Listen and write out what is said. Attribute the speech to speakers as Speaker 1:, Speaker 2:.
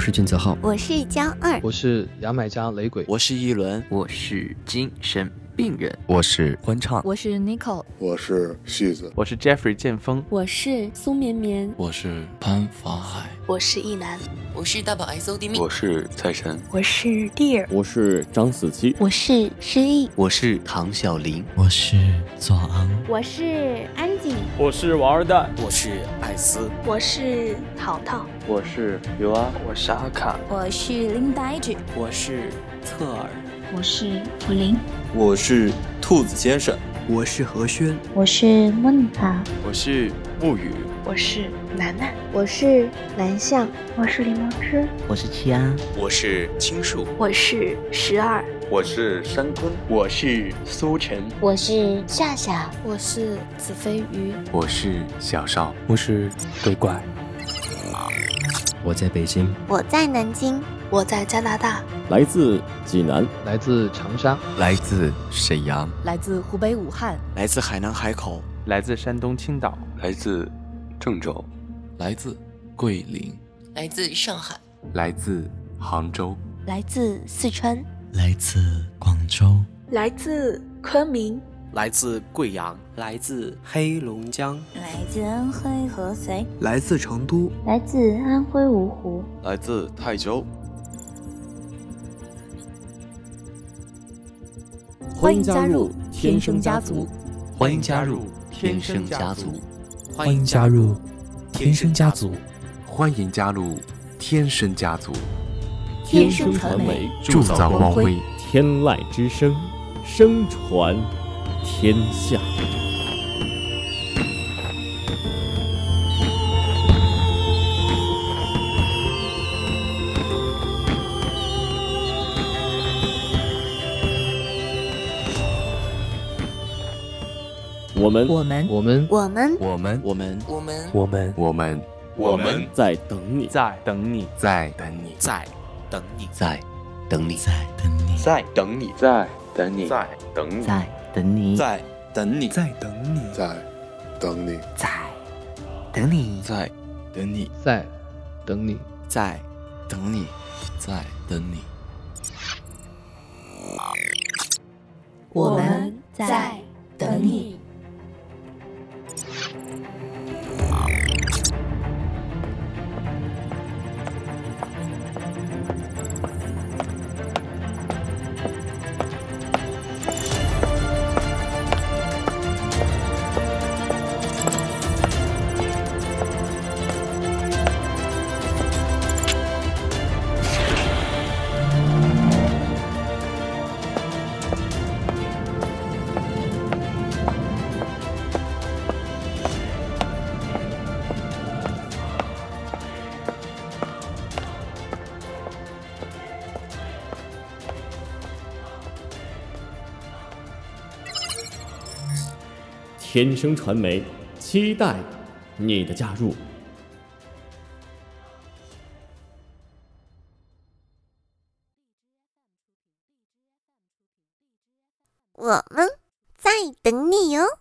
Speaker 1: 是俊子浩，
Speaker 2: 我是江二，
Speaker 3: 我是牙买加雷鬼，
Speaker 4: 我是一轮，
Speaker 5: 我是精神病人，
Speaker 6: 我是
Speaker 4: 欢唱，
Speaker 7: 我是 Nico，
Speaker 8: 我是旭子，
Speaker 9: 我是 Jeffrey 剑锋，
Speaker 10: 我是苏绵绵，
Speaker 11: 我是潘法海，
Speaker 12: 我是一楠，
Speaker 13: 我是大宝 S O D
Speaker 14: 我是财神，
Speaker 15: 我是 Dear，
Speaker 16: 我是张子期，
Speaker 2: 我是失忆，
Speaker 5: 我是唐小林，
Speaker 17: 我是左昂，
Speaker 18: 我是安吉，
Speaker 19: 我是王二蛋，
Speaker 20: 我是艾斯，
Speaker 21: 我是淘淘。
Speaker 22: 我是尤啊，
Speaker 23: 我是阿卡，
Speaker 24: 我是林白芷，
Speaker 25: 我是侧耳，
Speaker 26: 我是普林，
Speaker 27: 我是兔子先生，
Speaker 28: 我是何轩，
Speaker 29: 我是莫妮卡，
Speaker 30: 我是木雨，
Speaker 31: 我是楠楠，
Speaker 32: 我是蓝象，
Speaker 33: 我是柠檬汁，
Speaker 34: 我是七安，
Speaker 35: 我是青树，
Speaker 36: 我是十二，
Speaker 37: 我是山坤，
Speaker 38: 我是苏晨，
Speaker 39: 我是夏夏，
Speaker 40: 我是子非鱼，
Speaker 41: 我是小少，
Speaker 42: 我是鬼怪。
Speaker 1: 我在北京，
Speaker 2: 我在南京，
Speaker 12: 我在加拿大，
Speaker 16: 来自济南，
Speaker 3: 来自长沙，
Speaker 6: 来自沈阳，
Speaker 7: 来自湖北武汉，
Speaker 4: 来自海南海口，
Speaker 9: 来自山东青岛，
Speaker 14: 来自郑州，
Speaker 11: 来自桂林，
Speaker 13: 来自上海，
Speaker 6: 来自杭州，
Speaker 2: 来自四川，
Speaker 17: 来自广州，
Speaker 10: 来自昆明，
Speaker 4: 来自贵阳，
Speaker 20: 来自黑龙江，
Speaker 24: 来自安徽合肥，
Speaker 17: 来自成都，
Speaker 29: 来自安徽芜湖，
Speaker 14: 来自泰州。
Speaker 2: 欢迎加入天生家族，
Speaker 5: 欢迎加入天生家族，
Speaker 6: 欢迎加入天生家族，
Speaker 5: 欢迎加入
Speaker 6: 天生家族。
Speaker 2: 天生传媒
Speaker 6: 铸造光辉，
Speaker 16: 天籁之声，声传。天下。我们
Speaker 7: 我们
Speaker 3: 我们
Speaker 2: 我们
Speaker 4: 我们
Speaker 5: 我
Speaker 13: 我们
Speaker 5: 们
Speaker 6: 我们
Speaker 5: 我们
Speaker 14: 我们
Speaker 16: 在等你，
Speaker 9: 在等你，
Speaker 5: 在等你，
Speaker 4: 在等你，
Speaker 5: 在等你，
Speaker 17: 在等你，
Speaker 14: 在等你，
Speaker 27: 在等你，
Speaker 14: 在等你，
Speaker 5: 在等你，
Speaker 14: 在。等你，
Speaker 17: 在等你，
Speaker 8: 在等你，
Speaker 5: 在等你，
Speaker 14: 在等你，
Speaker 3: 在等你，
Speaker 4: 在等
Speaker 11: 在等你。
Speaker 4: 你，
Speaker 2: 我们在等你。
Speaker 16: 天生传媒期待你的加入。
Speaker 2: 我们在等你哦。